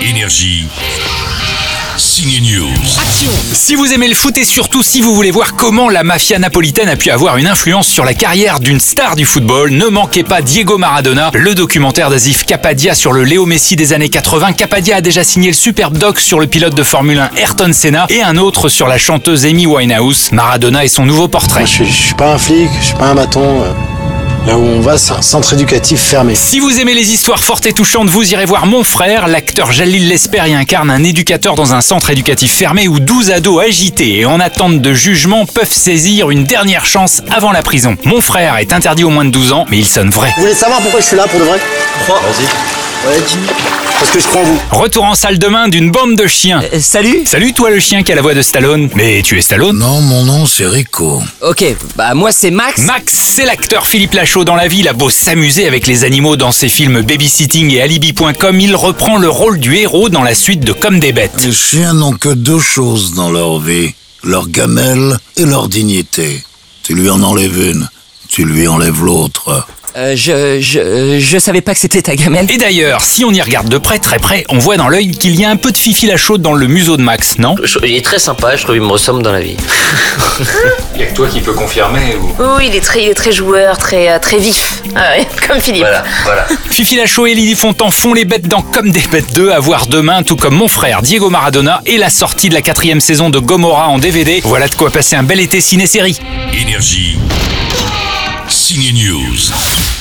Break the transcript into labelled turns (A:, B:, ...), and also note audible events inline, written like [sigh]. A: Énergie. Signe News.
B: Si vous aimez le foot et surtout si vous voulez voir comment la mafia napolitaine a pu avoir une influence sur la carrière d'une star du football, ne manquez pas Diego Maradona, le documentaire d'Azif Capadia sur le Léo Messi des années 80. Capadia a déjà signé le superbe doc sur le pilote de Formule 1 Ayrton Senna et un autre sur la chanteuse Amy Winehouse. Maradona et son nouveau portrait.
C: Moi, je, suis- je suis pas un flic, je suis pas un bâton. euh. Là où on va, c'est un centre éducatif fermé.
B: Si vous aimez les histoires fortes et touchantes, vous irez voir Mon Frère. L'acteur Jalil Lesper y incarne un éducateur dans un centre éducatif fermé où 12 ados agités et en attente de jugement peuvent saisir une dernière chance avant la prison. Mon Frère est interdit aux moins de 12 ans, mais il sonne vrai.
C: Vous voulez savoir pourquoi je suis là pour de vrai Pourquoi Vas-y. Ouais, dis. Parce que je crois en vous. Eh.
B: Retour en salle demain d'une bande de chiens.
D: salut
B: Salut toi le chien qui a la voix de Stallone. Mais tu es Stallone
E: Non, mon nom c'est Rico.
D: Ok, bah moi c'est Max.
B: Max, c'est l'acteur Philippe Lachaud dans la ville, a beau s'amuser avec les animaux dans ses films Babysitting et Alibi.com, il reprend le rôle du héros dans la suite de Comme des bêtes.
E: Les chiens n'ont que deux choses dans leur vie, leur gamelle et leur dignité. Tu lui en enlèves une, tu lui enlèves l'autre.
D: Euh, je, je, je savais pas que c'était ta gamelle.
B: Et d'ailleurs, si on y regarde de près, très près, on voit dans l'œil qu'il y a un peu de fifi la chaude dans le museau de Max, non
F: Je- il est très sympa, je trouve qu'il me ressemble dans la vie.
B: Il a que toi qui peux confirmer ou...
G: Oui, il est très, il est très joueur, très, euh, très vif, Ah ouais, [laughs] comme Philippe.
F: Voilà, voilà.
B: Fifi la chaude et Lily Fontan font les bêtes dans Comme des bêtes 2 à voir demain, tout comme mon frère Diego Maradona et la sortie de la quatrième saison de Gomorrah en DVD. Voilà de quoi passer un bel été ciné-série.
A: Énergie. Signe News.